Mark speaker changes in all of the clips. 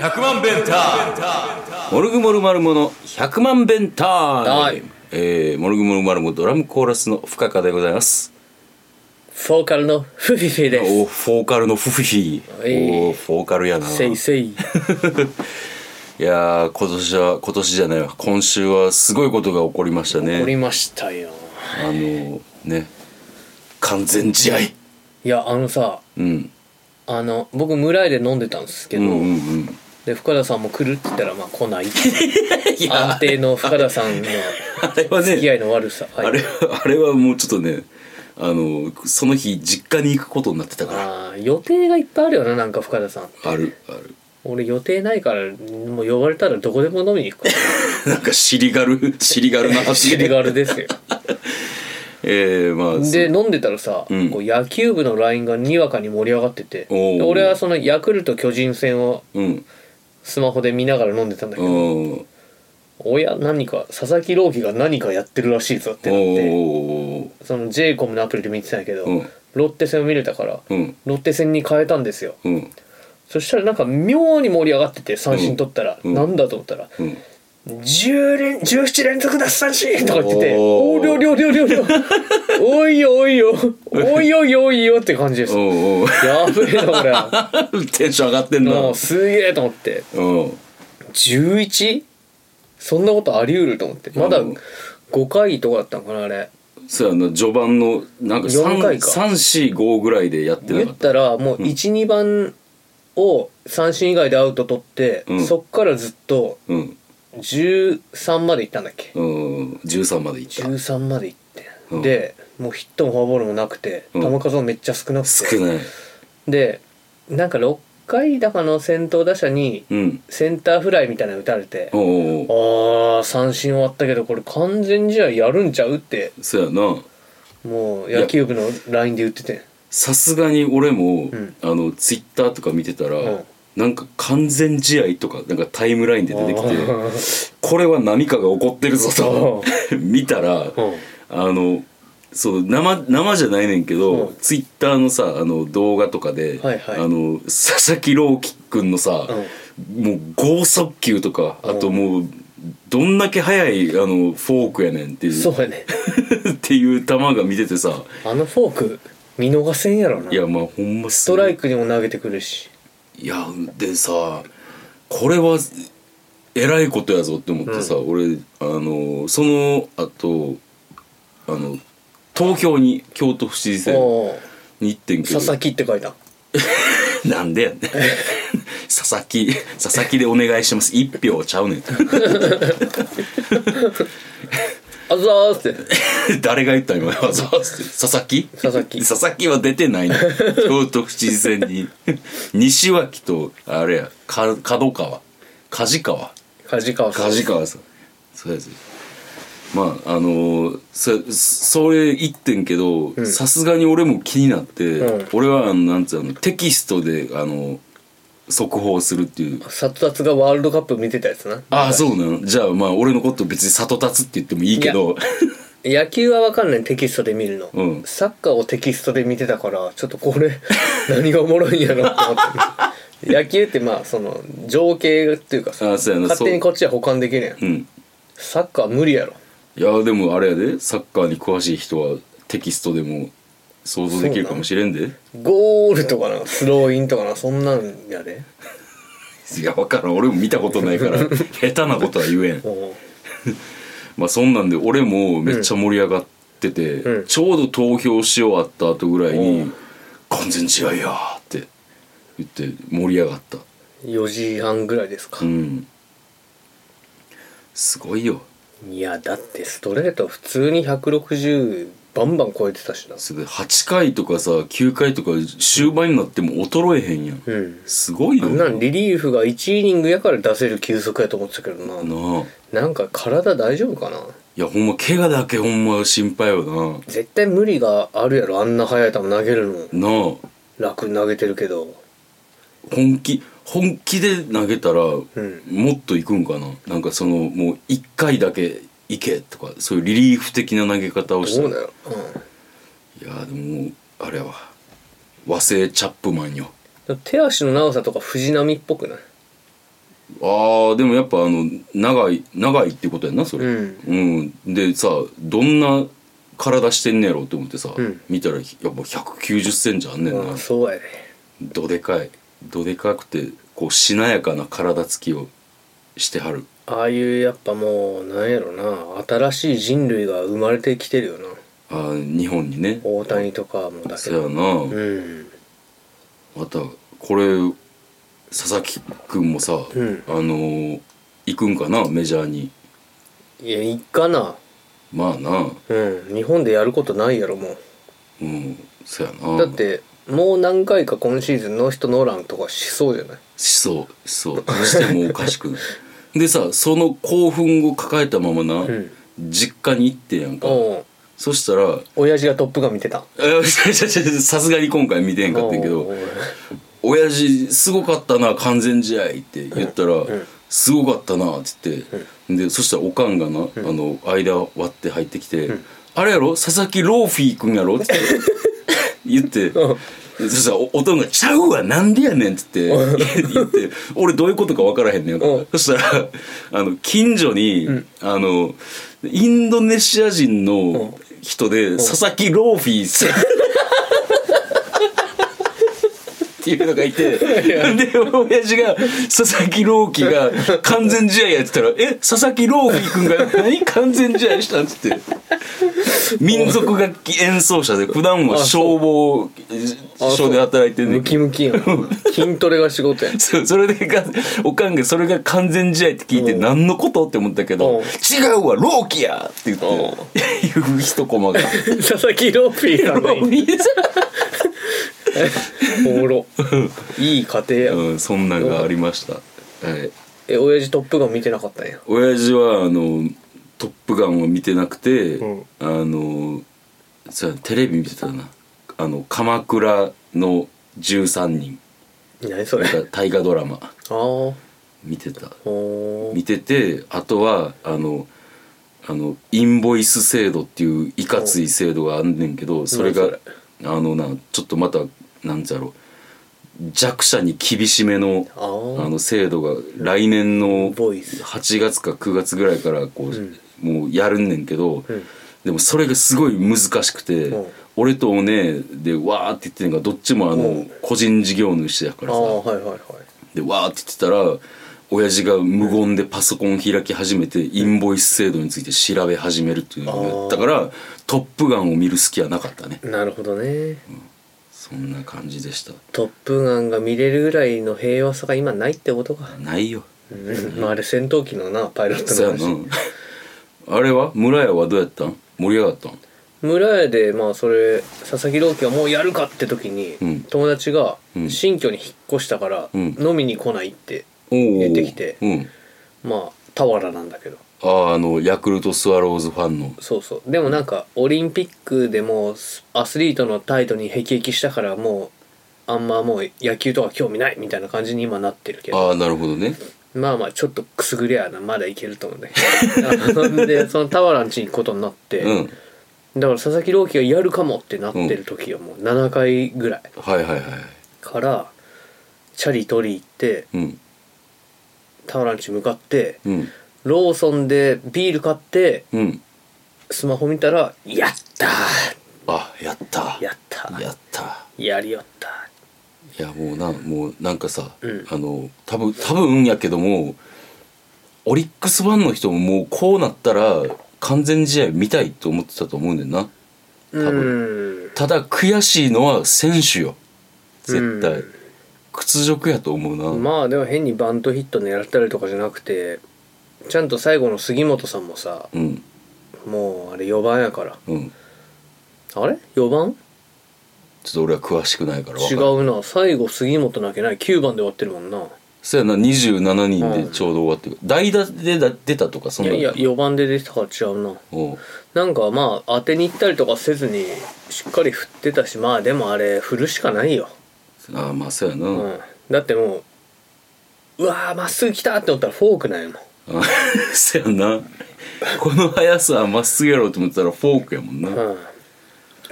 Speaker 1: 100万弁タ
Speaker 2: モルグモルマルモの100万弁タイム、
Speaker 3: はい
Speaker 2: えーモルグモルマルモドラムコーラスの深川でございます
Speaker 3: フォーカルのフフィフィで
Speaker 2: おフォーカルのフフィ
Speaker 3: おい
Speaker 2: おフォーカルやな
Speaker 3: す。せいせい。
Speaker 2: いやー今年は今年じゃないわ今週はすごいことが起こりました
Speaker 3: おり
Speaker 2: ね
Speaker 3: ましたよ。
Speaker 2: あのーね完全試合
Speaker 3: いや、あのさ、
Speaker 2: うん
Speaker 3: あの、僕、村井で飲んでたんですけ
Speaker 2: う
Speaker 3: ど、
Speaker 2: んうんうん
Speaker 3: で、深田さんも来るって言ったら、まあ、来ない。 安定の深田さんの
Speaker 2: あれは
Speaker 3: 付き合
Speaker 2: ね
Speaker 3: いの悪さ。はい
Speaker 2: あれはあれはもうちょっとねあのーその日実家に行くことになってたから
Speaker 3: あー予定がいっぱいあるよな、なんか深田さん。
Speaker 2: あるある
Speaker 3: 俺、予定ないから、もう呼ばれたらどこでも飲みに行く から。
Speaker 2: なんか尻軽尻軽な走
Speaker 3: シリ
Speaker 2: り
Speaker 3: ガ ルですよ。
Speaker 2: えー、まあ
Speaker 3: で、飲んでたらさ、
Speaker 2: ん
Speaker 3: こう野球部のラインがにわかに盛り上がってて、
Speaker 2: おー
Speaker 3: で俺はそのヤクルト巨人戦を
Speaker 2: うん
Speaker 3: スマホで見ながら飲んでたんだけ
Speaker 2: う
Speaker 3: ど、
Speaker 2: んお
Speaker 3: おや何か佐々木朗希が何かやってるらしいぞってなって
Speaker 2: お
Speaker 3: その j イコムのアプリで見てたんやけど、
Speaker 2: うん
Speaker 3: ロッテ戦を見れたから、
Speaker 2: うん
Speaker 3: ロッテ戦に変えたんですよ
Speaker 2: うん
Speaker 3: そしたらなんか妙に盛り上がってて三振取ったら、
Speaker 2: ん
Speaker 3: なんだと思ったら
Speaker 2: うん
Speaker 3: 10連17連続奪三振とか言ってて
Speaker 2: おー
Speaker 3: 「おーりょりょりょりょりょおいよおいよおいよいよおいよ」って感じです
Speaker 2: おうおう
Speaker 3: やべえなこ れ
Speaker 2: テンション上がってんな
Speaker 3: もうすげえと思って
Speaker 2: うん、
Speaker 3: 11? そんなことあり得ると思ってまだ
Speaker 2: うん
Speaker 3: 5回とかだったのかなあれ
Speaker 2: そうやな序盤のなんか
Speaker 3: 四回か
Speaker 2: 345ぐらいでやってな
Speaker 3: 言
Speaker 2: か
Speaker 3: っ
Speaker 2: った
Speaker 3: たらもう12、番を三振以外でアウト取って、
Speaker 2: うん
Speaker 3: そっからずっと
Speaker 2: うん、
Speaker 3: 13までいったんだっけ
Speaker 2: うん、13までいった
Speaker 3: 13までいって、
Speaker 2: うん
Speaker 3: でもうヒットもフォアボールもなくて
Speaker 2: う
Speaker 3: 球
Speaker 2: ん
Speaker 3: 数もめっちゃ少なくて、
Speaker 2: 少ない
Speaker 3: でなんか6回だかの先頭打者に
Speaker 2: うん
Speaker 3: センターフライみたいなの打たれて、
Speaker 2: おうおう
Speaker 3: あー三振終わったけどこれ完全試合やるんちゃうって
Speaker 2: そうやな
Speaker 3: もう野球部の LINE で言ってて
Speaker 2: さすがに俺も、
Speaker 3: ん
Speaker 2: あのツイッターとか見てたら、
Speaker 3: うん
Speaker 2: なんか完全試合とかなんかタイムラインで出てきてこれは何かが起こってるぞと 見たら、あのそう生生じゃないねんけど、
Speaker 3: うん
Speaker 2: ツイッターのさあの動画とかで、
Speaker 3: はいはい
Speaker 2: あの佐々木朗希君のさ、もう剛速球とかあともう、どんだけ速いあのフォークやねんっていう
Speaker 3: そうやね
Speaker 2: っていう球が見ててさ
Speaker 3: あのフォーク見逃せんやろない
Speaker 2: やまあほんま
Speaker 3: ス
Speaker 2: ス
Speaker 3: トライクにも投げてくるし
Speaker 2: いやでさこれはえらいことやぞって思ってさ、俺あのその後あの東京に京都府知事選
Speaker 3: おう
Speaker 2: に行ってんけど
Speaker 3: 佐々木って書いた
Speaker 2: なんでやねん 佐々木佐々木でお願いします一票ちゃうねん
Speaker 3: あざーすって
Speaker 2: 誰が言ったん今わざわざ佐々木
Speaker 3: 佐々木
Speaker 2: 佐々木は出てない ねん京都府知事選に西脇とあれやか角川梶川
Speaker 3: 梶川さん
Speaker 2: 梶川さんそうやつまああのーそそれ言ってんけどさすがに俺も気になって、
Speaker 3: うん
Speaker 2: 俺はあのなんつうのテキストであの速報するっていう
Speaker 3: 殺達がワールドカップ見てたやつな
Speaker 2: ああそうなのじゃあまあ俺のこと別に里立つって言ってもいいけど
Speaker 3: 野球は分かんないテキストで見るの、
Speaker 2: うん
Speaker 3: サッカーをテキストで見てたからちょっとこれ 何がおもろいんやろって思って野球ってまあその情景っていうかさ
Speaker 2: あそうやな
Speaker 3: 勝手にこっちは保管できるやん、
Speaker 2: そううん
Speaker 3: サッカー無理やろ
Speaker 2: いやでもあれやでサッカーに詳しい人はテキストでも想像できるかもしれんで
Speaker 3: ゴールとかなスローインとかなそんなんやで
Speaker 2: いや分からん俺も見たことないから 下手なことは言えん
Speaker 3: も
Speaker 2: まあそんなんで俺もめっちゃ盛り上がってて、
Speaker 3: うん
Speaker 2: ちょうど投票し終わった後ぐらいに「
Speaker 3: う
Speaker 2: 完全違いや!」って言って盛り上がった
Speaker 3: う4時半ぐらいですか
Speaker 2: う、んすごいよ
Speaker 3: いやだってストレート普通に160バンバン超えてたしな
Speaker 2: それで8回とかさ9回とか終盤になっても衰えへんやん、
Speaker 3: うん
Speaker 2: すごい
Speaker 3: あ
Speaker 2: よ
Speaker 3: ん
Speaker 2: な
Speaker 3: なんリリーフが1イニングやから出せる球速やと思ってたけどな
Speaker 2: あ
Speaker 3: なんか体大丈夫かない
Speaker 2: やほんま怪我だけほんま心配よ
Speaker 3: 絶対無理があるやろあんな速い球投げるの
Speaker 2: ななあ
Speaker 3: 楽に投げてるけど
Speaker 2: 本気本気で投げたら、
Speaker 3: ん
Speaker 2: もっといくんかななんかそのもう1回だけいけとかそういうリリーフ的な投げ方をし
Speaker 3: ど
Speaker 2: た
Speaker 3: うだよ、
Speaker 2: いやでももうあれやわ和製チャップマンよ
Speaker 3: 手足の長さとか藤波っぽくない
Speaker 2: あーでもやっぱあの長い長いってことやんなそれ
Speaker 3: うん、
Speaker 2: うんでさどんな体してんねやろって思ってさ、
Speaker 3: うん
Speaker 2: 見たらやっぱ190センチあんねんな、
Speaker 3: ああそうやで
Speaker 2: どでかいどでかくてこうしなやかな体つきをしてはる
Speaker 3: ああいうやっぱもうなんやろな新しい人類が生まれてきてるよな
Speaker 2: あー日本にね
Speaker 3: 大谷とかもだけ
Speaker 2: そや
Speaker 3: ど
Speaker 2: な、
Speaker 3: うん
Speaker 2: またこれ佐々木くんもさ、
Speaker 3: ん
Speaker 2: あのー行くんかなメジャーに
Speaker 3: いやいっかな
Speaker 2: まあな
Speaker 3: うん日本でやることないやろも
Speaker 2: うんそや
Speaker 3: う
Speaker 2: な
Speaker 3: だってもう何回か今シーズンノーヒットノーランとかしそうじゃない
Speaker 2: しそうしそうしてもおかしくない でさその興奮を抱えたままな、
Speaker 3: ん
Speaker 2: 実家に行ってやんか
Speaker 3: おうん
Speaker 2: そしたら
Speaker 3: 親父がトップガン見てた
Speaker 2: え ーさすがに今回見てへんかったんやけど
Speaker 3: おうおう
Speaker 2: 親父すごかったな完全試合って言ったら、すごかったなって言って、でそしたらおかんがな、あの間割って入ってきて「あれやろ佐々木ローフィー君やろ?」って言って、そしたらおおとんが「ちゃうわなんでやねん」って言って言って俺どういうことか分からへんねんか、
Speaker 3: うん
Speaker 2: そしたらあの近所に、あのインドネシア人の人で、佐々木ローフィーさんっていうのがい てで親父が佐々木朗希が完全試合やってたら「え佐々木朗希君が何完全試合したん?」っつって民族楽器演奏者で普段は消防署で働いてんね
Speaker 3: ム
Speaker 2: ん
Speaker 3: キムキやん筋トレが仕事やん
Speaker 2: そうそれでがおかんがそれが完全試合って聞いて
Speaker 3: うん
Speaker 2: 何のことって思ったけど
Speaker 3: うん
Speaker 2: 「違うわ朗希や!」って言って いう一コマが。
Speaker 3: 佐々木ローピーさんがいい おもろいい家庭やん
Speaker 2: うん、そんなんがありました。はい
Speaker 3: え親父トップガン見てなかったんや
Speaker 2: 親父はあの「トップガン」を見てなくて、
Speaker 3: うん
Speaker 2: あのそうやテレビ見てたなあの鎌倉の13人
Speaker 3: 何それ
Speaker 2: なんか大河ドラマ
Speaker 3: ああお
Speaker 2: 見てた
Speaker 3: ー
Speaker 2: 見ててあとはあのあのインボイス制度っていういかつい制度があんねんけどそれが
Speaker 3: 何
Speaker 2: あのなちょっとまたなんじゃろう弱者に厳しめの
Speaker 3: あー
Speaker 2: あの制度が来年の
Speaker 3: ボイス
Speaker 2: 8月か9月ぐらいからこう、
Speaker 3: ん
Speaker 2: もうやるんねんけど、
Speaker 3: ん
Speaker 2: でもそれがすごい難しくて、
Speaker 3: うん
Speaker 2: 俺とお姉でわーって言ってんねんがどっちもあの、
Speaker 3: うん
Speaker 2: 個人事業主やか
Speaker 3: あ
Speaker 2: らさ
Speaker 3: あはいはいはい
Speaker 2: でわーって言ってたら親父が無言でパソコン開き始めて、インボイス制度について調べ始めるっていうのをやったから「トップガン」を見る隙はなかったね
Speaker 3: なるほどね
Speaker 2: そんな感じでした
Speaker 3: 「トップガン」が見れるぐらいの平和さが今ないってことか、
Speaker 2: ないよ
Speaker 3: うんまあ、あれ戦闘機のなパイロット
Speaker 2: そ
Speaker 3: の
Speaker 2: やな
Speaker 3: 話
Speaker 2: あれは村屋はどうやったん盛り上がったん
Speaker 3: 村屋でまあそれ佐々木朗希がもうやるかって時に、
Speaker 2: うん
Speaker 3: 友達が
Speaker 2: うん
Speaker 3: 新居に引っ越したから、
Speaker 2: うん
Speaker 3: 飲みに来ないって
Speaker 2: おー
Speaker 3: 出てきて
Speaker 2: うん、
Speaker 3: まあ俵なんだけど
Speaker 2: あーあのヤクルトスワローズファンの
Speaker 3: そうそうでもなんかオリンピックでもうアスリートの態度に辟易したからもうあんまもう野球とか興味ないみたいな感じに今なってるけど
Speaker 2: ああなるほどね
Speaker 3: まあまあちょっとくすぐれやなまだいけると思うんだけど あのでその俵の家に行くことになって、
Speaker 2: うん
Speaker 3: だから佐々木朗希がやるかもってなってる時はもう7回ぐらい
Speaker 2: はいはいはい
Speaker 3: からチャリ取り行って
Speaker 2: うん
Speaker 3: 俵の家向かって
Speaker 2: うん
Speaker 3: ローソンでビール買って
Speaker 2: うん
Speaker 3: スマホ見たら「やったー
Speaker 2: あやった
Speaker 3: やったー
Speaker 2: やった
Speaker 3: やりよったー」
Speaker 2: いやもうなもうなんかさ、
Speaker 3: うん
Speaker 2: あの多分多分やけどもオリックスファンの人ももうこうなったら完全試合見たいと思ってたと思うねんな多
Speaker 3: 分
Speaker 2: ただ悔しいのは選手よ絶対、
Speaker 3: う
Speaker 2: 屈辱やと思うな、
Speaker 3: まあでも変にバントヒット狙ったりとかじゃなくてちゃんと最後の杉本さんもさ
Speaker 2: うん
Speaker 3: もうあれ4番やから
Speaker 2: うん
Speaker 3: あれ4番
Speaker 2: ちょっと俺は詳しくないからわか
Speaker 3: 違
Speaker 2: んないう
Speaker 3: な最後杉本なきゃない9番で終わってるもんな
Speaker 2: そうやな27人でちょうど終わってる、代打でだ出たとかそ
Speaker 3: い
Speaker 2: んな
Speaker 3: や
Speaker 2: ん
Speaker 3: いや4番で出てたから違うな
Speaker 2: おう
Speaker 3: なんかまあ当てに行ったりとかせずにしっかり振ってたしまあでもあれ振るしかないよ、
Speaker 2: ああまあそうやな、
Speaker 3: うんだってもううわーまっすぐ来たって思ったらフォークなんやもん
Speaker 2: あ そうやなこの速さはまっすぐやろうと思ってたらフォークやもんな、
Speaker 3: うん、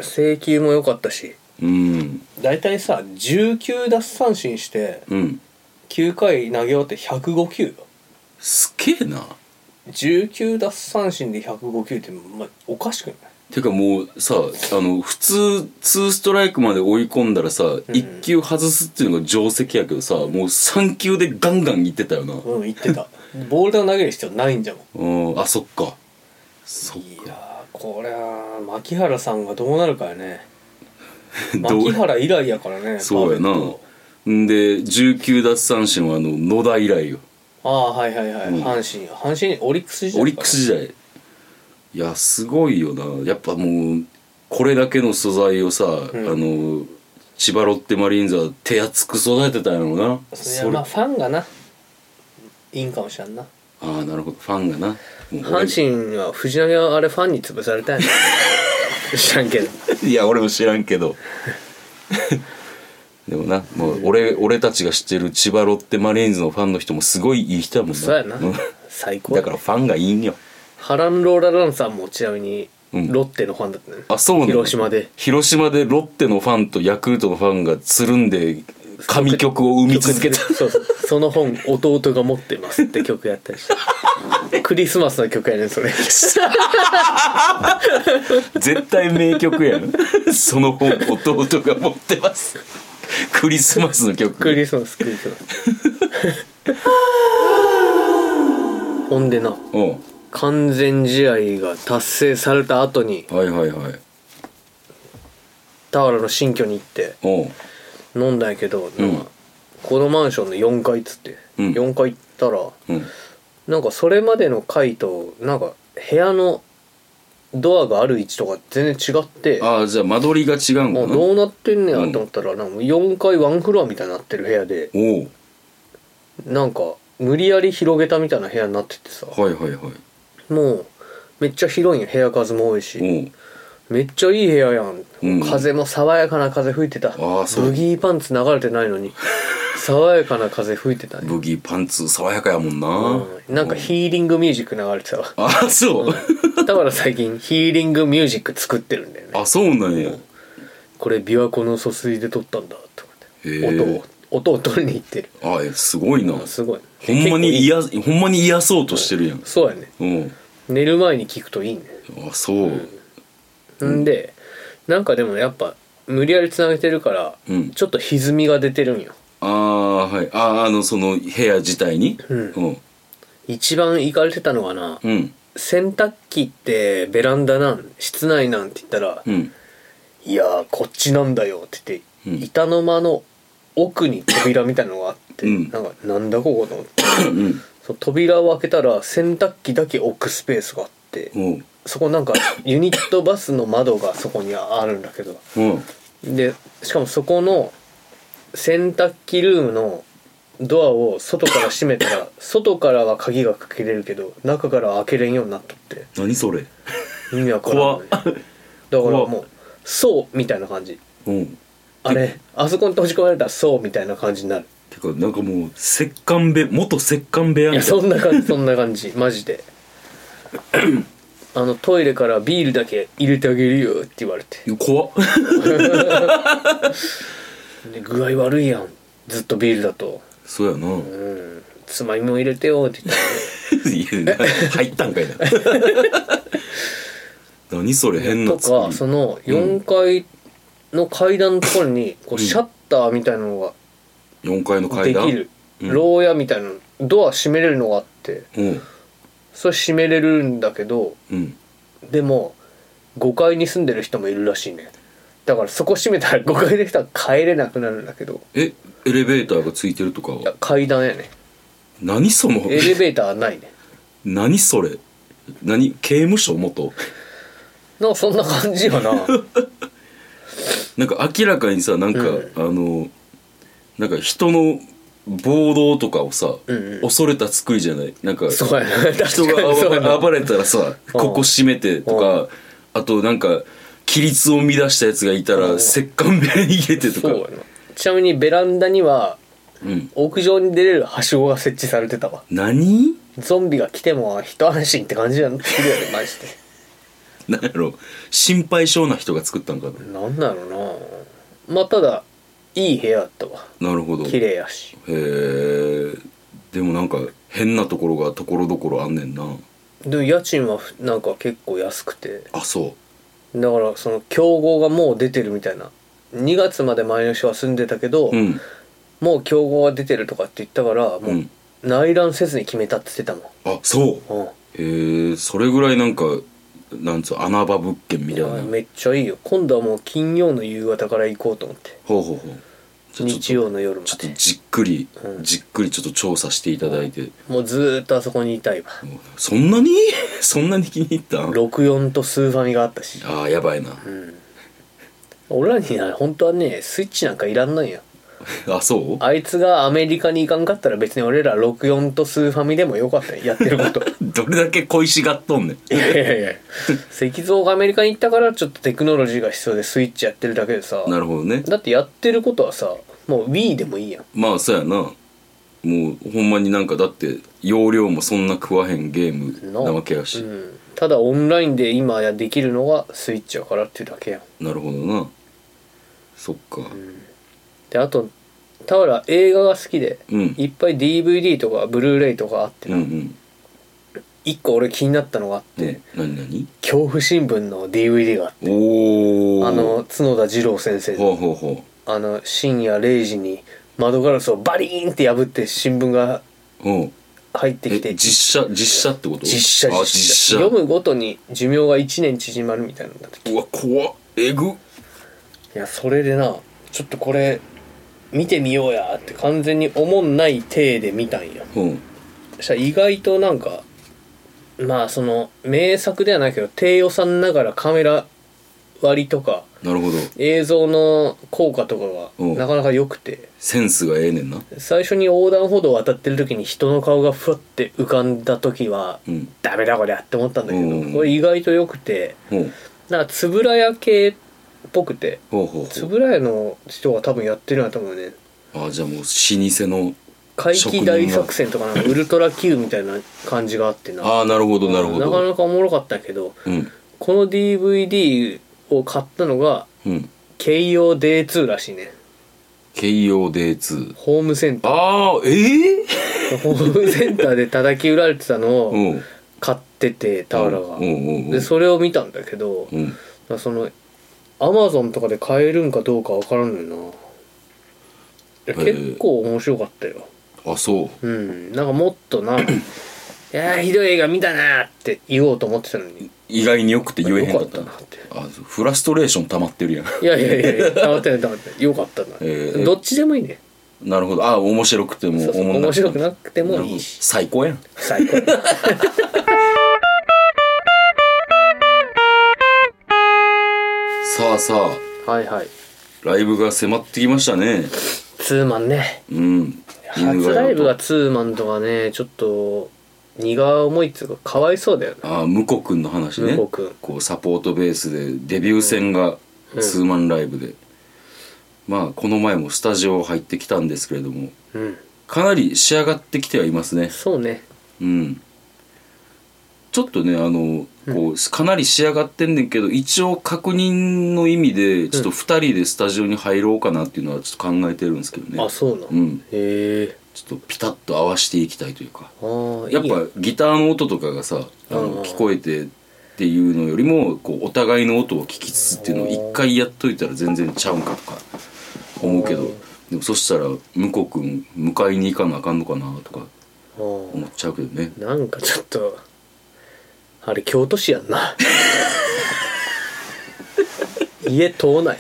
Speaker 3: 制球も良かったし
Speaker 2: うん
Speaker 3: 大体さ19奪三振して
Speaker 2: うん
Speaker 3: 9回投げ終わって105球よ
Speaker 2: すげえな
Speaker 3: 19奪三振で105球って、まあ、おかしくない
Speaker 2: てかもうさあの普通2ストライクまで追い込んだらさ、一1球外すっていうのが定石やけどさもう3球でガンガンいってたよな、
Speaker 3: うん言って たボールで投げる必要ないんじゃもん
Speaker 2: うん、あそっかそっ
Speaker 3: い
Speaker 2: か
Speaker 3: やーこれは牧原さんがどうなるかやね
Speaker 2: どう
Speaker 3: 牧原以来やからね
Speaker 2: そうや
Speaker 3: パ
Speaker 2: な
Speaker 3: ーフェク
Speaker 2: んで19奪三振はあの野田以来よ
Speaker 3: トああはいはいはい、
Speaker 2: うん
Speaker 3: 阪神阪神オリックス時代
Speaker 2: オリックス時代いやすごいよなやっぱもうこれだけの素材をさ、
Speaker 3: ん
Speaker 2: あの千葉ロッテマリーンズは手厚く育てたんやろうな
Speaker 3: それはまあファンがないいんかもしれんな
Speaker 2: ああなるほどファンがなもう俺
Speaker 3: 阪神は藤浪はあれファンに潰さ れたんやな知らんけど
Speaker 2: いや俺も知らんけど でもなもう俺俺たちが知ってる千葉ロッテマリーンズのファンの人もすごいいい人やもんな
Speaker 3: そうやなん最高
Speaker 2: だからファンがいいんよ
Speaker 3: ハラン・ローラ・ランさんもちなみに
Speaker 2: うん
Speaker 3: ロッテのファンだったね、
Speaker 2: あそうなの
Speaker 3: 広島で
Speaker 2: 広島でロッテのファンとヤクルトのファンがつるんで神曲を生み続けた
Speaker 3: 曲そうそうその本「弟が持ってます」って曲やったりして クリスマスの曲やねんそれ
Speaker 2: 絶対名曲や んその本弟が持ってますクリスマスの
Speaker 3: ク
Speaker 2: 曲
Speaker 3: リスマスクリスマスほんでな
Speaker 2: うん
Speaker 3: 完全試合が達成された後に
Speaker 2: はいはいはい
Speaker 3: 田原の新居に行って
Speaker 2: うん
Speaker 3: 飲んだんやけど、なん
Speaker 2: うん
Speaker 3: かこのマンションの4階っつって、
Speaker 2: うん
Speaker 3: 4階行ったら
Speaker 2: うん
Speaker 3: なんかそれまでの階となんか部屋のドアがある位置とか全然違って
Speaker 2: ああじゃあ間取りが違うん
Speaker 3: も
Speaker 2: か
Speaker 3: う
Speaker 2: な
Speaker 3: どうなってんねやと思ったら、なんか4階ワンフロアみたいになってる部屋で
Speaker 2: おう
Speaker 3: なんか無理やり広げたみたいな部屋になっててさ
Speaker 2: はいはいはい
Speaker 3: もうめっちゃ広いんよ部屋数も多いし
Speaker 2: おう
Speaker 3: めっちゃいい部屋やん、
Speaker 2: うん
Speaker 3: 風も爽やかな風吹いてた
Speaker 2: ーそう
Speaker 3: ブギーパンツ流れてないの に爽やかな風吹いてたね、
Speaker 2: ブギーパンツ爽やかやもんな、
Speaker 3: うんなんかヒーリングミュージック流 れてたわ
Speaker 2: ああそう、
Speaker 3: だから最近ヒーリングミュージック作ってるんだよね
Speaker 2: あそうなんや
Speaker 3: これ琵琶湖の疎水で撮ったんだと
Speaker 2: へ
Speaker 3: 思って音
Speaker 2: え
Speaker 3: を音を取りに行ってる
Speaker 2: あえすごいな
Speaker 3: すごい
Speaker 2: ほんまに
Speaker 3: 結構いい
Speaker 2: 癒やほんまに癒そうとしてるやん
Speaker 3: そうやね
Speaker 2: うん
Speaker 3: 寝る前に聞くといいね
Speaker 2: あそうん
Speaker 3: でなんかでもやっぱ無理やりつなげてるから、
Speaker 2: うん
Speaker 3: ちょっと歪みが出てるんよ
Speaker 2: ああはいあああのその部屋自体に
Speaker 3: うん
Speaker 2: うん
Speaker 3: 一番いかれてたのがな、
Speaker 2: うん
Speaker 3: 洗濯機ってベランダなん室内なんって言ったら「
Speaker 2: うん
Speaker 3: いやーこっちなんだよ」って言って、
Speaker 2: うん
Speaker 3: 板の間の奥に扉みたいなのがあって、
Speaker 2: うん
Speaker 3: なんかなんだここと思って
Speaker 2: うん
Speaker 3: その扉を開けたら洗濯機だけ置くスペースがあって、
Speaker 2: うん
Speaker 3: そこなんかユニットバスの窓がそこにあるんだけど
Speaker 2: うん
Speaker 3: でしかもそこの洗濯機ルームのドアを外から閉めたら外からは鍵がかけれるけど中からは開けれんようになっとって
Speaker 2: 何それ
Speaker 3: 意味わからんのねだから
Speaker 2: 怖っ
Speaker 3: もう「そう」みたいな感じ
Speaker 2: うん
Speaker 3: あれあそこに閉じ込められたら「そう」みたいな感じになる
Speaker 2: てかなんかもう石棺部元石棺部屋
Speaker 3: い
Speaker 2: み
Speaker 3: や
Speaker 2: たい
Speaker 3: そんな感じそんな感じマジであのトイレからビールだけ入れてあげるよって言われて
Speaker 2: な怖っ
Speaker 3: で具合悪いやんずっとビールだと
Speaker 2: そうやな
Speaker 3: うんつまみも入れてよって言ったら
Speaker 2: いや入ったん かいな何それ変な
Speaker 3: と
Speaker 2: 作り
Speaker 3: かその4階の階段のところにこうシャッターみたいなの
Speaker 2: 4階の
Speaker 3: が
Speaker 2: 階
Speaker 3: で
Speaker 2: 段
Speaker 3: きる
Speaker 2: うん
Speaker 3: 牢屋みたいなのドア閉めれるのがあって
Speaker 2: うん
Speaker 3: それ閉めれるんだけど
Speaker 2: うん
Speaker 3: でも5階に住んでる人もいるらしいねだからそこ閉めたら5階 で人は帰れなくなるんだけど
Speaker 2: えエレベーターがついてるとか
Speaker 3: いや
Speaker 2: は
Speaker 3: 階段やね
Speaker 2: 何その
Speaker 3: エレベーターはないね
Speaker 2: 何それ何刑務所元
Speaker 3: なんかそんな感じよな
Speaker 2: なんか明らかにさなんか、
Speaker 3: うん
Speaker 2: あのなんか人の暴動とかをさ、
Speaker 3: んうん
Speaker 2: 恐れた作りじゃないなんか人
Speaker 3: そうやな確かに
Speaker 2: が
Speaker 3: そうやな
Speaker 2: 暴暴れたらさここ閉めてとか、あとなんか規律を乱したやつがいたら、
Speaker 3: うん
Speaker 2: 石棺部屋に入れてと
Speaker 3: そうや
Speaker 2: か
Speaker 3: なちなみにベランダには
Speaker 2: うん
Speaker 3: 屋上に出れるはしごが設置されてたわ
Speaker 2: 何
Speaker 3: ゾンビが来ても一安心って感じなんだよねマジ
Speaker 2: なんやろ心配性な人が作ったんかな
Speaker 3: でなんだろうまあただいい部屋だったわ
Speaker 2: なるほど
Speaker 3: 綺
Speaker 2: へ
Speaker 3: 麗やし
Speaker 2: えでもなんか変なところがところどころあんねんな
Speaker 3: でも家賃はなんか結構安くて
Speaker 2: あそ
Speaker 3: だからその競合がもう出てるみたいな2月まで前の人は住んでたけど、
Speaker 2: ううん
Speaker 3: もう競合が出てるとかって言ったから
Speaker 2: う
Speaker 3: も
Speaker 2: ん
Speaker 3: う内覧せずに決めたって言ってたも
Speaker 2: あそ
Speaker 3: ん、うん
Speaker 2: うへえそれぐらいなんかなんつう穴場物件み
Speaker 3: い
Speaker 2: たい
Speaker 3: や
Speaker 2: な
Speaker 3: めっちゃいいよ今度はもう金曜の夕方から行こうと思って
Speaker 2: ほうほうほうじゃあちょっと
Speaker 3: 日曜の夜ま
Speaker 2: ちょっと
Speaker 3: で
Speaker 2: じっくり、
Speaker 3: うん
Speaker 2: じっくりちょっと調査していただいて、
Speaker 3: もうずーっとあそこにいたいわ
Speaker 2: そんなに そんなに気に入ったん
Speaker 3: 64とスーファミがあったし
Speaker 2: ああやばいな、
Speaker 3: 俺らには本当はねスイッチなんかいらんなんや
Speaker 2: あそう
Speaker 3: あいつがアメリカに行かんかったら別に俺ら64とスーファミでもよかったよやってること
Speaker 2: どれだけ恋しがっとんねん
Speaker 3: いやいやいや石像がアメリカに行ったからちょっとテクノロジーが必要でスイッチやってるだけでさ
Speaker 2: なるほどね
Speaker 3: だってやってることはさもう Wii でもいいやん
Speaker 2: まあそうやなもうほんまになんかだって容量もそんな食わへんゲームな
Speaker 3: の
Speaker 2: わけやし、
Speaker 3: うん、ただオンラインで今やできるのがスイッチやからっていうだけやん
Speaker 2: なるほどなそっか
Speaker 3: であと田原映画が好きで、
Speaker 2: うん
Speaker 3: いっぱい DVD とかブルーレイとかあって
Speaker 2: うんう
Speaker 3: な、
Speaker 2: ん
Speaker 3: 一個俺気になったのがあって、
Speaker 2: で何何
Speaker 3: 恐怖新聞の DVD があって
Speaker 2: おお
Speaker 3: あの角田二郎先生
Speaker 2: ほうほうほ
Speaker 3: あの深夜0時に窓ガラスをバリーンって破って新聞が
Speaker 2: うほう
Speaker 3: 入ってき
Speaker 2: え
Speaker 3: て
Speaker 2: 実写実写ってこと
Speaker 3: 実写
Speaker 2: あ
Speaker 3: 実
Speaker 2: 実
Speaker 3: 写
Speaker 2: 写
Speaker 3: 読むごとに寿命が1年縮まるみたいなんだって
Speaker 2: うわ怖っえぐ
Speaker 3: いやそれでなちょっとこれ見てみようやって完全に思んない体で見たんよ
Speaker 2: うん
Speaker 3: そしたら意外となんかまあその名作ではないけど低予算ながらカメラ割りとか
Speaker 2: なるほど
Speaker 3: 映像の効果とか
Speaker 2: うん
Speaker 3: がなかなか良くて
Speaker 2: センスがええねんな
Speaker 3: 最初に横断歩道を渡ってる時に人の顔がふわって浮かんだ時は、
Speaker 2: うん
Speaker 3: ダメだこりゃって思ったんだけど、
Speaker 2: うん
Speaker 3: これ意外と良くて
Speaker 2: ほう
Speaker 3: なんか円谷系っぽくて
Speaker 2: ほうほうほ
Speaker 3: 円谷の人が多分やってるんだと思うね
Speaker 2: うあじゃあもう老舗の
Speaker 3: 怪奇大作戦とかなんかウルトラ Q みたいな感じがあってな
Speaker 2: ああなるほどなるほ
Speaker 3: なか
Speaker 2: ど
Speaker 3: なかおもろかったけど
Speaker 2: うん
Speaker 3: この DVD を買ったのが
Speaker 2: うん
Speaker 3: 慶応 Day2 らしいね
Speaker 2: 慶応 D2
Speaker 3: ホームセンタ
Speaker 2: ああええ
Speaker 3: ーホームセンターで叩き売られてたのを
Speaker 2: うん
Speaker 3: 買ってて田原が
Speaker 2: うんうんうん
Speaker 3: でそれを見たんだけど
Speaker 2: うん
Speaker 3: そのアマゾンとかで買えるんかどうかわからんのよないや
Speaker 2: へえ
Speaker 3: 結構面白かったよ
Speaker 2: あそう
Speaker 3: うんなんかもっと ないやーひどい映画見たなーって言おうと思ってたのに
Speaker 2: 意外によくて言えへんかった
Speaker 3: よかった
Speaker 2: あそうフラストレーション溜まってるやん
Speaker 3: いやいやいやいや黙ってない黙ってないよかったな、
Speaker 2: ええ
Speaker 3: どっちでもいいね
Speaker 2: なるほどああ面白くても
Speaker 3: そうそう
Speaker 2: おもんな
Speaker 3: 面白くなくて
Speaker 2: な
Speaker 3: も
Speaker 2: るほ
Speaker 3: い
Speaker 2: ど
Speaker 3: いし
Speaker 2: 最高やん
Speaker 3: 最高
Speaker 2: さあさあ
Speaker 3: はいはい
Speaker 2: ライブが迫ってきましたね
Speaker 3: ツーマンね
Speaker 2: うん犬
Speaker 3: 初
Speaker 2: が
Speaker 3: ライ
Speaker 2: やる
Speaker 3: ブ
Speaker 2: と
Speaker 3: がツーマンとかねちょっと荷が重いっつうかかわいそうだよね
Speaker 2: ああ向こう君の話ね
Speaker 3: 向こう君
Speaker 2: こうサポートベースでデビュー戦がツーマンライブで、まあこの前もスタジオ入ってきたんですけれども
Speaker 3: うん
Speaker 2: かなり仕上がってきてはいますね
Speaker 3: そうね
Speaker 2: うんちょっとねあのこうかなり仕上がってんねんけど一応確認の意味でちょっと2人でスタジオに入ろうかなっていうのはちょっと考えてるんですけどね
Speaker 3: あそうなの、
Speaker 2: うん
Speaker 3: へえ
Speaker 2: ちょっとピタッと合わせていきたいというか
Speaker 3: あー
Speaker 2: やっ
Speaker 3: いいね
Speaker 2: ぱギターの音とかがさあ
Speaker 3: うん
Speaker 2: の聞こえてっていうのよりもこうお互いの音を聞きつつっていうのを一回やっといたら全然ちゃうんかとか思うけどでもそしたら向こう君迎えに行かなあかんのかなとか
Speaker 3: あー
Speaker 2: 思っちゃうけどね
Speaker 3: なんかちょっとあれ京都市やんな 家遠ない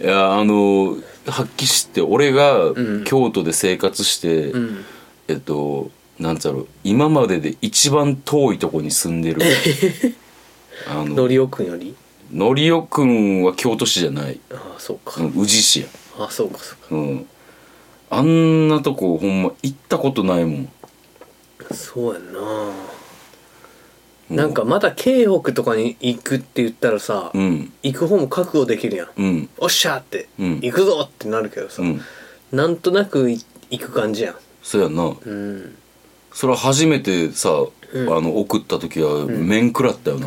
Speaker 2: いやあのはっきりして俺が
Speaker 3: ん
Speaker 2: 京都で生活して、
Speaker 3: うん
Speaker 2: えっとなんだろう今までで一番遠いとこに住んで るあ
Speaker 3: の
Speaker 2: の
Speaker 3: りおくんより
Speaker 2: のりおくんは京都市じゃない
Speaker 3: ああそうか、
Speaker 2: うん宇治市や
Speaker 3: ああそうかそうか
Speaker 2: うんあんなとこほんま行ったことないもんも
Speaker 3: そうやんな
Speaker 2: う
Speaker 3: なんかまた京北とかに行くって言ったらさ、
Speaker 2: うん
Speaker 3: 行く方も覚悟できるやん、
Speaker 2: うん
Speaker 3: おっしゃーって、
Speaker 2: うん
Speaker 3: 行くぞってなるけどさ、
Speaker 2: うん
Speaker 3: なんとなくい行く感じやん
Speaker 2: そやな
Speaker 3: うん
Speaker 2: それは初めてさ、あの送った時は面食らったよな、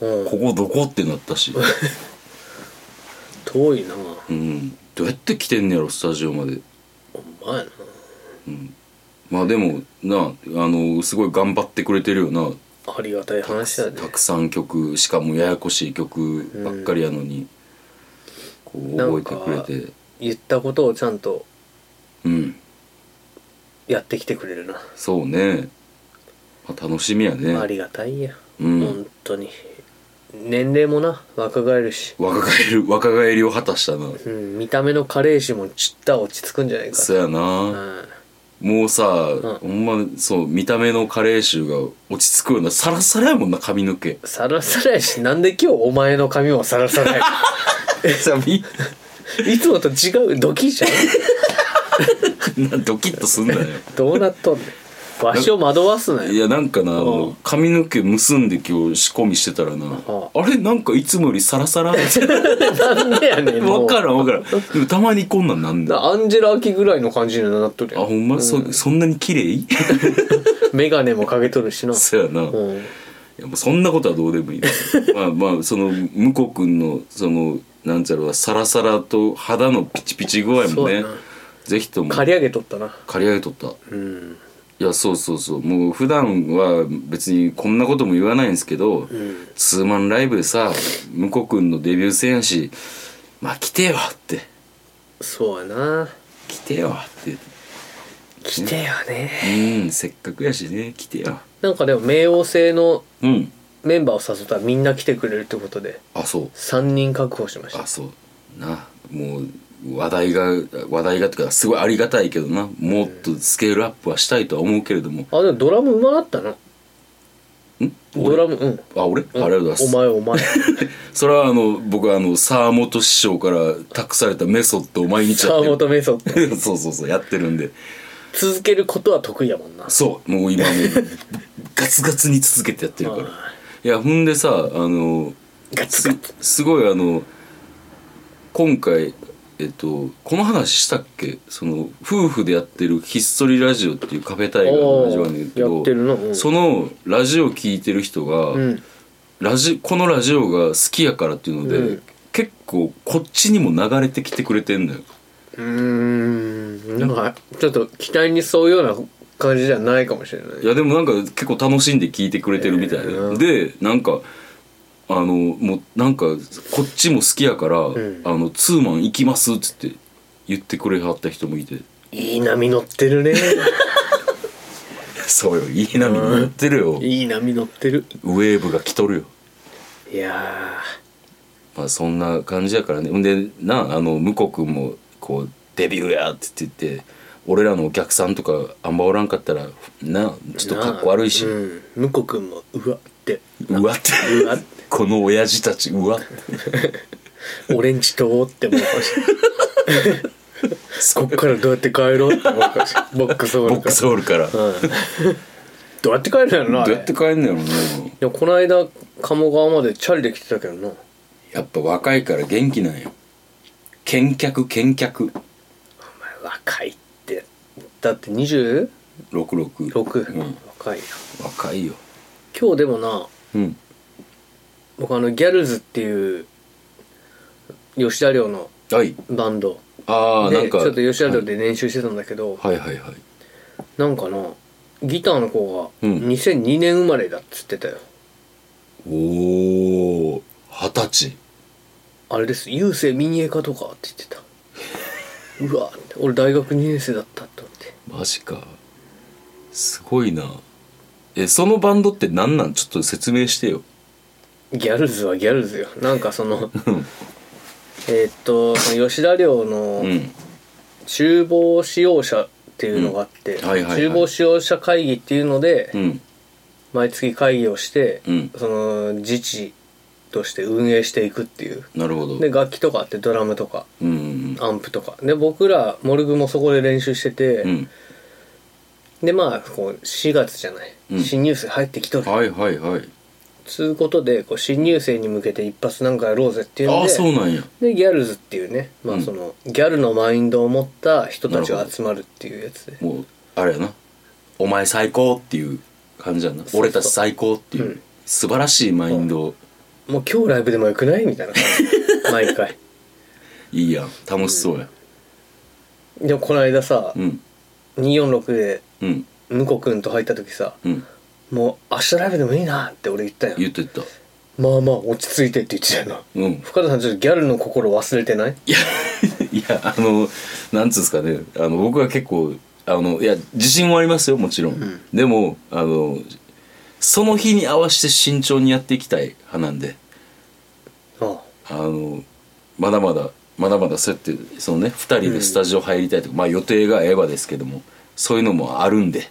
Speaker 3: うん
Speaker 2: ここどこってなったし
Speaker 3: 遠いな
Speaker 2: うんどうやって来てんねやろスタジオまで
Speaker 3: ほんまやな
Speaker 2: まあでもなあのすごい頑張ってくれてるよな
Speaker 3: ありがたい話だね
Speaker 2: たくさん曲しかもややこしい曲ばっかりやのに、こう覚えてくれて
Speaker 3: 言ったことをちゃんと
Speaker 2: うん
Speaker 3: やってきてくれるな、
Speaker 2: そうね、まあ、楽しみやね
Speaker 3: ありがたいや、
Speaker 2: うん
Speaker 3: 本当に年齢もな若返るし、
Speaker 2: 若返る若返りを果たしたな
Speaker 3: うん、見た目の加齢臭もちった落ち着くんじゃないか
Speaker 2: そうや
Speaker 3: う、
Speaker 2: なんもうさ、
Speaker 3: ん
Speaker 2: ほんまそう見た目の加齢臭が落ち着くようなサラサラやもんな髪の毛
Speaker 3: サラサラやしなんで今日お前の髪もサラサラや
Speaker 2: さみ
Speaker 3: いつもと違うドキじゃん
Speaker 2: ん なドキッとすん なよ
Speaker 3: どうなっとんねんわしを惑わすなよ
Speaker 2: いやなんかな、
Speaker 3: うん
Speaker 2: 髪の毛結んで今日仕込みしてたらな、
Speaker 3: ん
Speaker 2: あれなんかいつもよりサラ サラわ
Speaker 3: なんでやねんもう
Speaker 2: から んわからんでもたまにこんなんなんだ
Speaker 3: なアンジェラ・アキぐらいの感じになっとる
Speaker 2: あ
Speaker 3: やん
Speaker 2: ほんま、そそんなに綺 麗
Speaker 3: 眼鏡もかけとるしな
Speaker 2: そうやな、い
Speaker 3: うん
Speaker 2: やもうそんなことはどうでもいい まあまあその向こう君のそのなんちゃらはサラサラと肌のピチピチ具合
Speaker 3: そ
Speaker 2: も
Speaker 3: うや
Speaker 2: ね
Speaker 3: な
Speaker 2: ぜひとも
Speaker 3: 刈り上げとったな
Speaker 2: 借り上げとった
Speaker 3: うん
Speaker 2: いやそうそうそうもう普段は別にこんなことも言わないんですけど、
Speaker 3: ん
Speaker 2: ツーマンライブでさ向こう君のデビュー戦やし「まあ来てよ」って
Speaker 3: そうやな
Speaker 2: 「来てよ」って
Speaker 3: 来てよ
Speaker 2: 「う
Speaker 3: ね
Speaker 2: んせっかくやしね来てよ
Speaker 3: なんかでも冥王星の」
Speaker 2: うん
Speaker 3: メンバーを誘ったらみんな来てくれるってことで
Speaker 2: あそう
Speaker 3: 3人確保しました
Speaker 2: あそうなもう話題が話題がっていうかすごいありがたいけどなもっとスケールアップはしたいとは思うけれども
Speaker 3: あでもドラムうまかったなんドラムうん
Speaker 2: あ俺、
Speaker 3: うん
Speaker 2: ありがとうございます
Speaker 3: お前お前
Speaker 2: それはあの僕はあの沢本師匠から託されたメソッドを毎日やっ
Speaker 3: 沢
Speaker 2: てる
Speaker 3: 本メソッ ド
Speaker 2: そうそうそうやってるんで
Speaker 3: 続けることは得意やもんな
Speaker 2: そうもう今もう ガツガツに続けてやってるから
Speaker 3: あ
Speaker 2: いやほんでさあの
Speaker 3: ガツ
Speaker 2: す
Speaker 3: ガツ
Speaker 2: すごいあの今回えっとこの話したっけその夫婦でやってる「ひっそりラジオ」っていうカフェタイガーのラジオなんだけ
Speaker 3: おーや
Speaker 2: ど
Speaker 3: ってるなうん
Speaker 2: そのラジオ聞いてる人が、
Speaker 3: うん
Speaker 2: ラジこのラジオが好きやからっていうので、
Speaker 3: うん
Speaker 2: 結構こっちにも流れてきてくれてんのよ
Speaker 3: うーんなんかちょっと期待に沿うような感じじゃないかもしれない
Speaker 2: いやでもなんか結構楽しんで聞いてくれてるみたいで、でなんかあのもうなんかこっちも好きやから、
Speaker 3: ん
Speaker 2: あのツーマン行きますっつって言ってくれはった人もいて
Speaker 3: いい波乗ってるね
Speaker 2: そうよいい波に乗ってるよ、ウ
Speaker 3: いい波乗ってる
Speaker 2: ェーブが来とるよ
Speaker 3: いや
Speaker 2: まあそんな感じやからねほんでなあの向こう君もこうデビューやって言って俺らのお客さんとかあんまおらんかったらなち
Speaker 3: ー
Speaker 2: ょっとかっこ悪いし、
Speaker 3: なあうん、向こう君もうわって
Speaker 2: うわって
Speaker 3: うわ
Speaker 2: この親父たちうわって
Speaker 3: 俺んちどうって思うかもしれないこっからどうやって帰ろうって思うかもしれないボックスホー
Speaker 2: ボ
Speaker 3: ル
Speaker 2: ッ
Speaker 3: か
Speaker 2: クスホールから。
Speaker 3: ら、うん、どうやって帰るんやろなあ
Speaker 2: ど
Speaker 3: れ
Speaker 2: うやって帰んのやろな
Speaker 3: でもこの間鴨川までチャリで来てたけどな
Speaker 2: やっぱ若いから元気なんよ見客見客
Speaker 3: 若いってだって 26?
Speaker 2: 66、うん、
Speaker 3: 若いな
Speaker 2: 若いよ
Speaker 3: 今日でもな
Speaker 2: うん
Speaker 3: 僕あのギャルズっていう吉田寮の
Speaker 2: はい
Speaker 3: バンド
Speaker 2: ああな
Speaker 3: で
Speaker 2: ん
Speaker 3: ちょ
Speaker 2: か
Speaker 3: っと吉田寮で練習してたんだけど、
Speaker 2: はいはいはい
Speaker 3: なんかなギターの子が
Speaker 2: うん
Speaker 3: 2002年生まれだっつってたよ、
Speaker 2: おお二十歳
Speaker 3: あれです「郵政民営化とか」って言ってたうわ俺大学2年生だったと思って
Speaker 2: マジかすごいなえそのバンドって何なんちょっと説明してよ
Speaker 3: ギャルズはギャルズよなんかそのえーっとその吉田寮の、
Speaker 2: うん
Speaker 3: 厨房使用者っていうのがあって、
Speaker 2: うんはいはいはい
Speaker 3: 厨房使用者会議っていうので、
Speaker 2: うん
Speaker 3: 毎月会議をして、
Speaker 2: うん
Speaker 3: その自治として運営していくっていう
Speaker 2: なるほど
Speaker 3: で楽器とかあってドラムとか
Speaker 2: うんうん
Speaker 3: アンプとかで僕らモルグもそこで練習してて、
Speaker 2: うん
Speaker 3: でまあこう4月じゃない、
Speaker 2: うん
Speaker 3: 新入生入ってきとる、
Speaker 2: はいはいはい
Speaker 3: つうことでこう新入生に向けて一発なんかやろうぜっていう
Speaker 2: あ
Speaker 3: の
Speaker 2: あそう
Speaker 3: で
Speaker 2: なんや
Speaker 3: でギャルズっていうね、
Speaker 2: う
Speaker 3: まあ、
Speaker 2: ん
Speaker 3: そのギャルのマインドを持った人たちが集まるっていうやつで
Speaker 2: もうあれやな「お前最高」っていう感じやな
Speaker 3: う
Speaker 2: 俺たち最高」っていう、
Speaker 3: うん
Speaker 2: 素晴らしいマインドを
Speaker 3: もう今日ライブでもよくないみたいな感じ毎回
Speaker 2: いいやん楽しそうや
Speaker 3: でもこの間さ、
Speaker 2: うん
Speaker 3: 246で
Speaker 2: うん
Speaker 3: 向こくんと入った時さ
Speaker 2: うん
Speaker 3: もう明日ライブでもいいなって俺言ったよ
Speaker 2: 言ってった
Speaker 3: まあまあ落ち着いてって言ってたよな
Speaker 2: うん
Speaker 3: 深田さんちょっとギャルの心忘れてない
Speaker 2: いやいやあのなんつうんですかねあの僕は結構あのいや自信はありますよもちろん、でもあのその日に合わせて慎重にやっていきたい派なんで
Speaker 3: あ
Speaker 2: あのまだまだまだまだそうやってそのね2人でスタジオ入りたいとか、まあ予定が合えばですけどもそういうのもあるんで、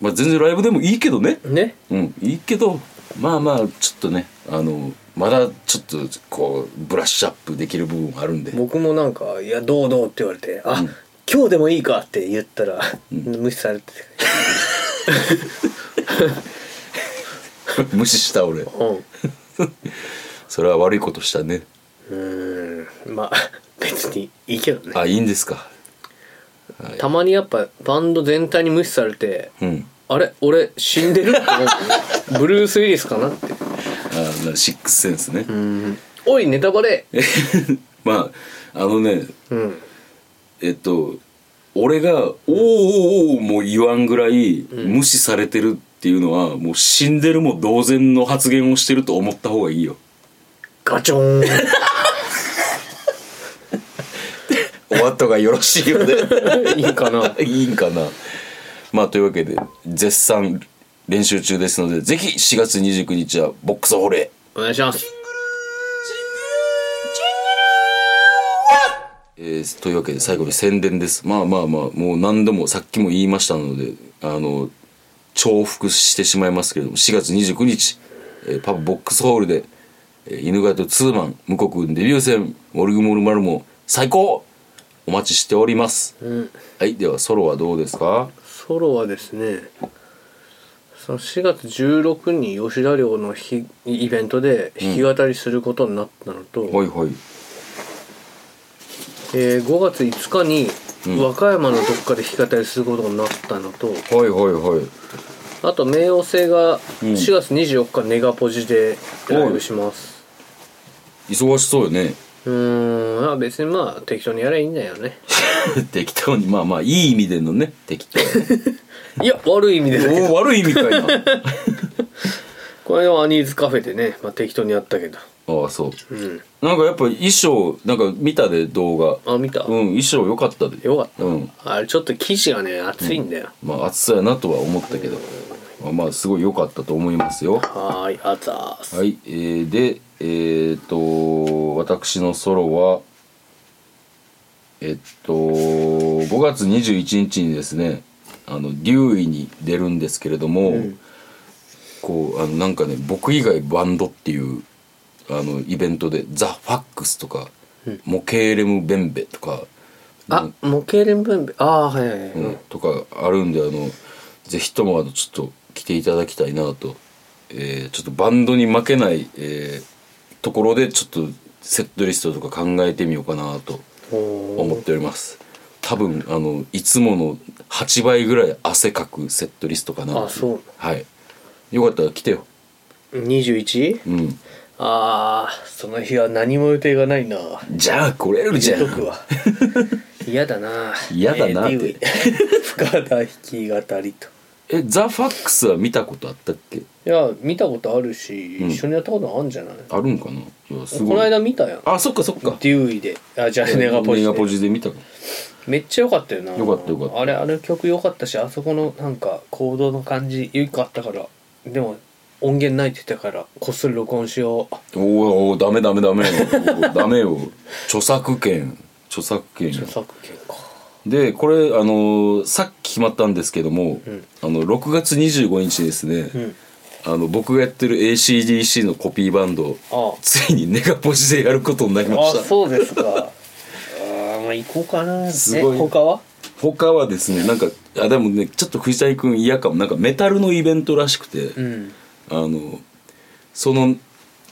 Speaker 2: まあ、全然ライブでもいいけどね
Speaker 3: あね
Speaker 2: うんいいけどまあまあちょっとねあのまだちょっとこうブラッシュアップできる部分あるんで
Speaker 3: 僕もなんか「いやどうどう」って言われて「あ、今日でもいいか」って言ったら、無視されてて
Speaker 2: 無視した俺
Speaker 3: うん
Speaker 2: それは悪いことしたね
Speaker 3: うーんまあ 別にいいけどね
Speaker 2: あいいんですか
Speaker 3: たまにやっぱバンド全体に無視されて
Speaker 2: うん
Speaker 3: あれ俺死んでるって思う よねブルース・ウィリスかなって
Speaker 2: あなシックスセンスね、
Speaker 3: うんおいネタバレ
Speaker 2: まああのね
Speaker 3: うん
Speaker 2: えっと俺が「おーおーおーもう言わんぐらい無視されてるっていうのは、もう死んでるも同然の発言をしてると思った方がいいよ
Speaker 3: ガチョーン
Speaker 2: 終わった方がよろしいよ ね
Speaker 3: いいかない
Speaker 2: いんかなまあというわけで絶賛練習中ですのでぜひ4月29日はボックスホールへ
Speaker 3: お願いします
Speaker 2: えーというわけで最後に宣伝ですまあまあまあもう何度もさっきも言いましたのであの重複してしまいますけれども4月29日、えーパブボックスホールで「えー犬飼とツーマン無国デビュー戦モルグモルマルモ最高!」お待ちしております、はいではソロはどうですか
Speaker 3: ソロはですねその4月16日に吉田寮の日イベントで弾き語りすることになったのと、
Speaker 2: はいはい
Speaker 3: えー5月5日に和歌山のどっかで弾き語りすることになったのと、
Speaker 2: はいはいはい
Speaker 3: あと冥王星が
Speaker 2: ん
Speaker 3: 4月24日ネガポジでライブします
Speaker 2: 忙しそうよ ね
Speaker 3: うーんあ別にまあ適当にやればいいんだよね
Speaker 2: 適当にまあまあいい意味でのね適当
Speaker 3: いや 悪い意味でだけど
Speaker 2: おお悪い意味かい な
Speaker 3: これはアニーズカフェでね、まあ、適当にやったけど
Speaker 2: ああそう
Speaker 3: うん
Speaker 2: なんかやっぱ衣装なんか見たで動画
Speaker 3: あ見た、
Speaker 2: うん衣装良かったで
Speaker 3: よかった、
Speaker 2: うん
Speaker 3: あれちょっと生地がね熱いんだよ、
Speaker 2: まあ暑さやなとは思ったけど、まあ、まあすごい良かったと思いますよ
Speaker 3: はーいあざーす
Speaker 2: はい、えー、でえー、っと私のソロはえっと5月21日にですねあの竜医に出るんですけれども、こうあのなんかね僕以外バンドっていうあのイベントで「ザ・ファックス」とか「モケーレム・ベンベ」とか、
Speaker 3: あ模型連分娩ああーはいはいはい、
Speaker 2: うん、とかあるんであのぜひともあのちょっと来ていただきたいなと、えーちょっとバンドに負けない、えーところでちょっとセットリストとか考えてみようかなと
Speaker 3: おー
Speaker 2: 思っております多分あのいつもの8倍ぐらい汗かくセットリストかな
Speaker 3: あそう
Speaker 2: はいよかったら来てよ
Speaker 3: 21?
Speaker 2: うん
Speaker 3: ああその日は何も予定がないな
Speaker 2: じゃあ来れるじゃ
Speaker 3: 解く
Speaker 2: ん
Speaker 3: わ嫌だな
Speaker 2: 嫌だなって
Speaker 3: えー DV 深田弾き語りと
Speaker 2: えザ・ファックスは見たことあったっけ
Speaker 3: いや見たことあるし、一緒にやったことあるんじゃない
Speaker 2: あるんかないやす
Speaker 3: こ
Speaker 2: ごい
Speaker 3: の間見たやん
Speaker 2: あそっかそっか
Speaker 3: デューイであじゃあネガポジ
Speaker 2: ネ
Speaker 3: で
Speaker 2: ガポジで見たか
Speaker 3: めっちゃ良かったよな
Speaker 2: よかったよかった
Speaker 3: あれあの曲良かったしあそこのなんか行動の感じ良かったからでも音源ないって言ったからこっそり録音しよう
Speaker 2: おーおーダメダメダメおーダメ よ著作権著作権よ
Speaker 3: 著作権か
Speaker 2: でこれあのーさっき決まったんですけども、あの6月25日にですね、
Speaker 3: ん
Speaker 2: あの僕がやってる ACDC のコピーバンド
Speaker 3: ああ
Speaker 2: ついにネガポジでやることになりま
Speaker 3: あ
Speaker 2: した
Speaker 3: そうですかあーまあ行こうかな
Speaker 2: すごい
Speaker 3: え他は
Speaker 2: 他はですねなんかあでもねちょっと藤谷君嫌かもなんかメタルのイベントらしくて、
Speaker 3: うん
Speaker 2: あのその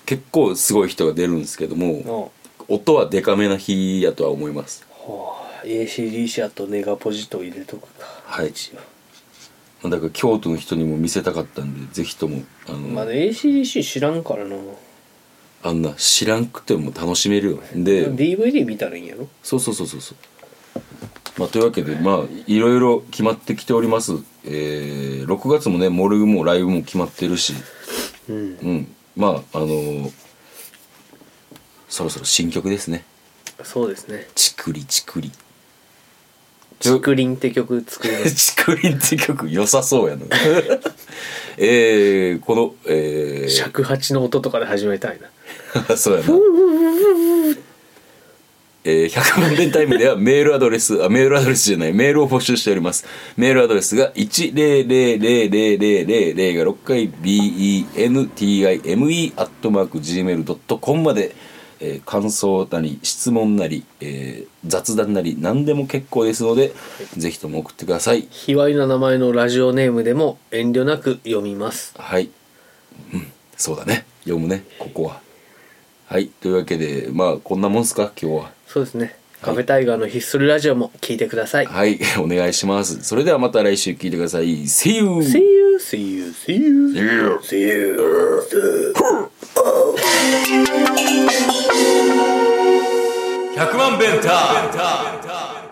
Speaker 2: 結構すごい人が出るんですけども、音はデカめな日やとは思います
Speaker 3: はあ ACDC あとネガポジト入れとくか
Speaker 2: はいだから京都の人にも見せたかったんでぜひともあの、
Speaker 3: まだ ACDC 知らんからな
Speaker 2: あんな知らんくても楽しめるよねで
Speaker 3: DVD 見たらいいんやろ
Speaker 2: そうそうそうそうそう。まあ、というわけで、まあ、いろいろ決まってきております。えー、6月もね、モルグもライブも決まってるし、
Speaker 3: うん
Speaker 2: うん。まあ、あのーそろそろ新曲ですね。
Speaker 3: そうですね
Speaker 2: チクリチクリ。
Speaker 3: 「竹林」って曲作り ます
Speaker 2: チクリって曲良さそうやな。 えー、この、えー、
Speaker 3: 尺八の音とかで始めたいな
Speaker 2: そうやな。えー、100万遍タイムではメールアドレス、あ、メールアドレスじゃない、メールを募集しております。メールアドレスが1000000が6回 bentime.gmail.com まで、えー感想なり、質問なり、えー雑談なり、何でも結構ですので、ぜひとも送ってください。
Speaker 3: 卑猥な名前のラジオネームでも遠慮なく読みます
Speaker 2: はい。うん、そうだね。読むね、ここは。はい。というわけで、まあ、こんなもんすか、今日は。
Speaker 3: そうですねカフェタイガーの必須ラジオも聞いてください、
Speaker 2: はい、 お願いします。それではまた来週聞いてください。See you!
Speaker 3: See you, see you, see you, see you, see you.
Speaker 1: !100 万ベンター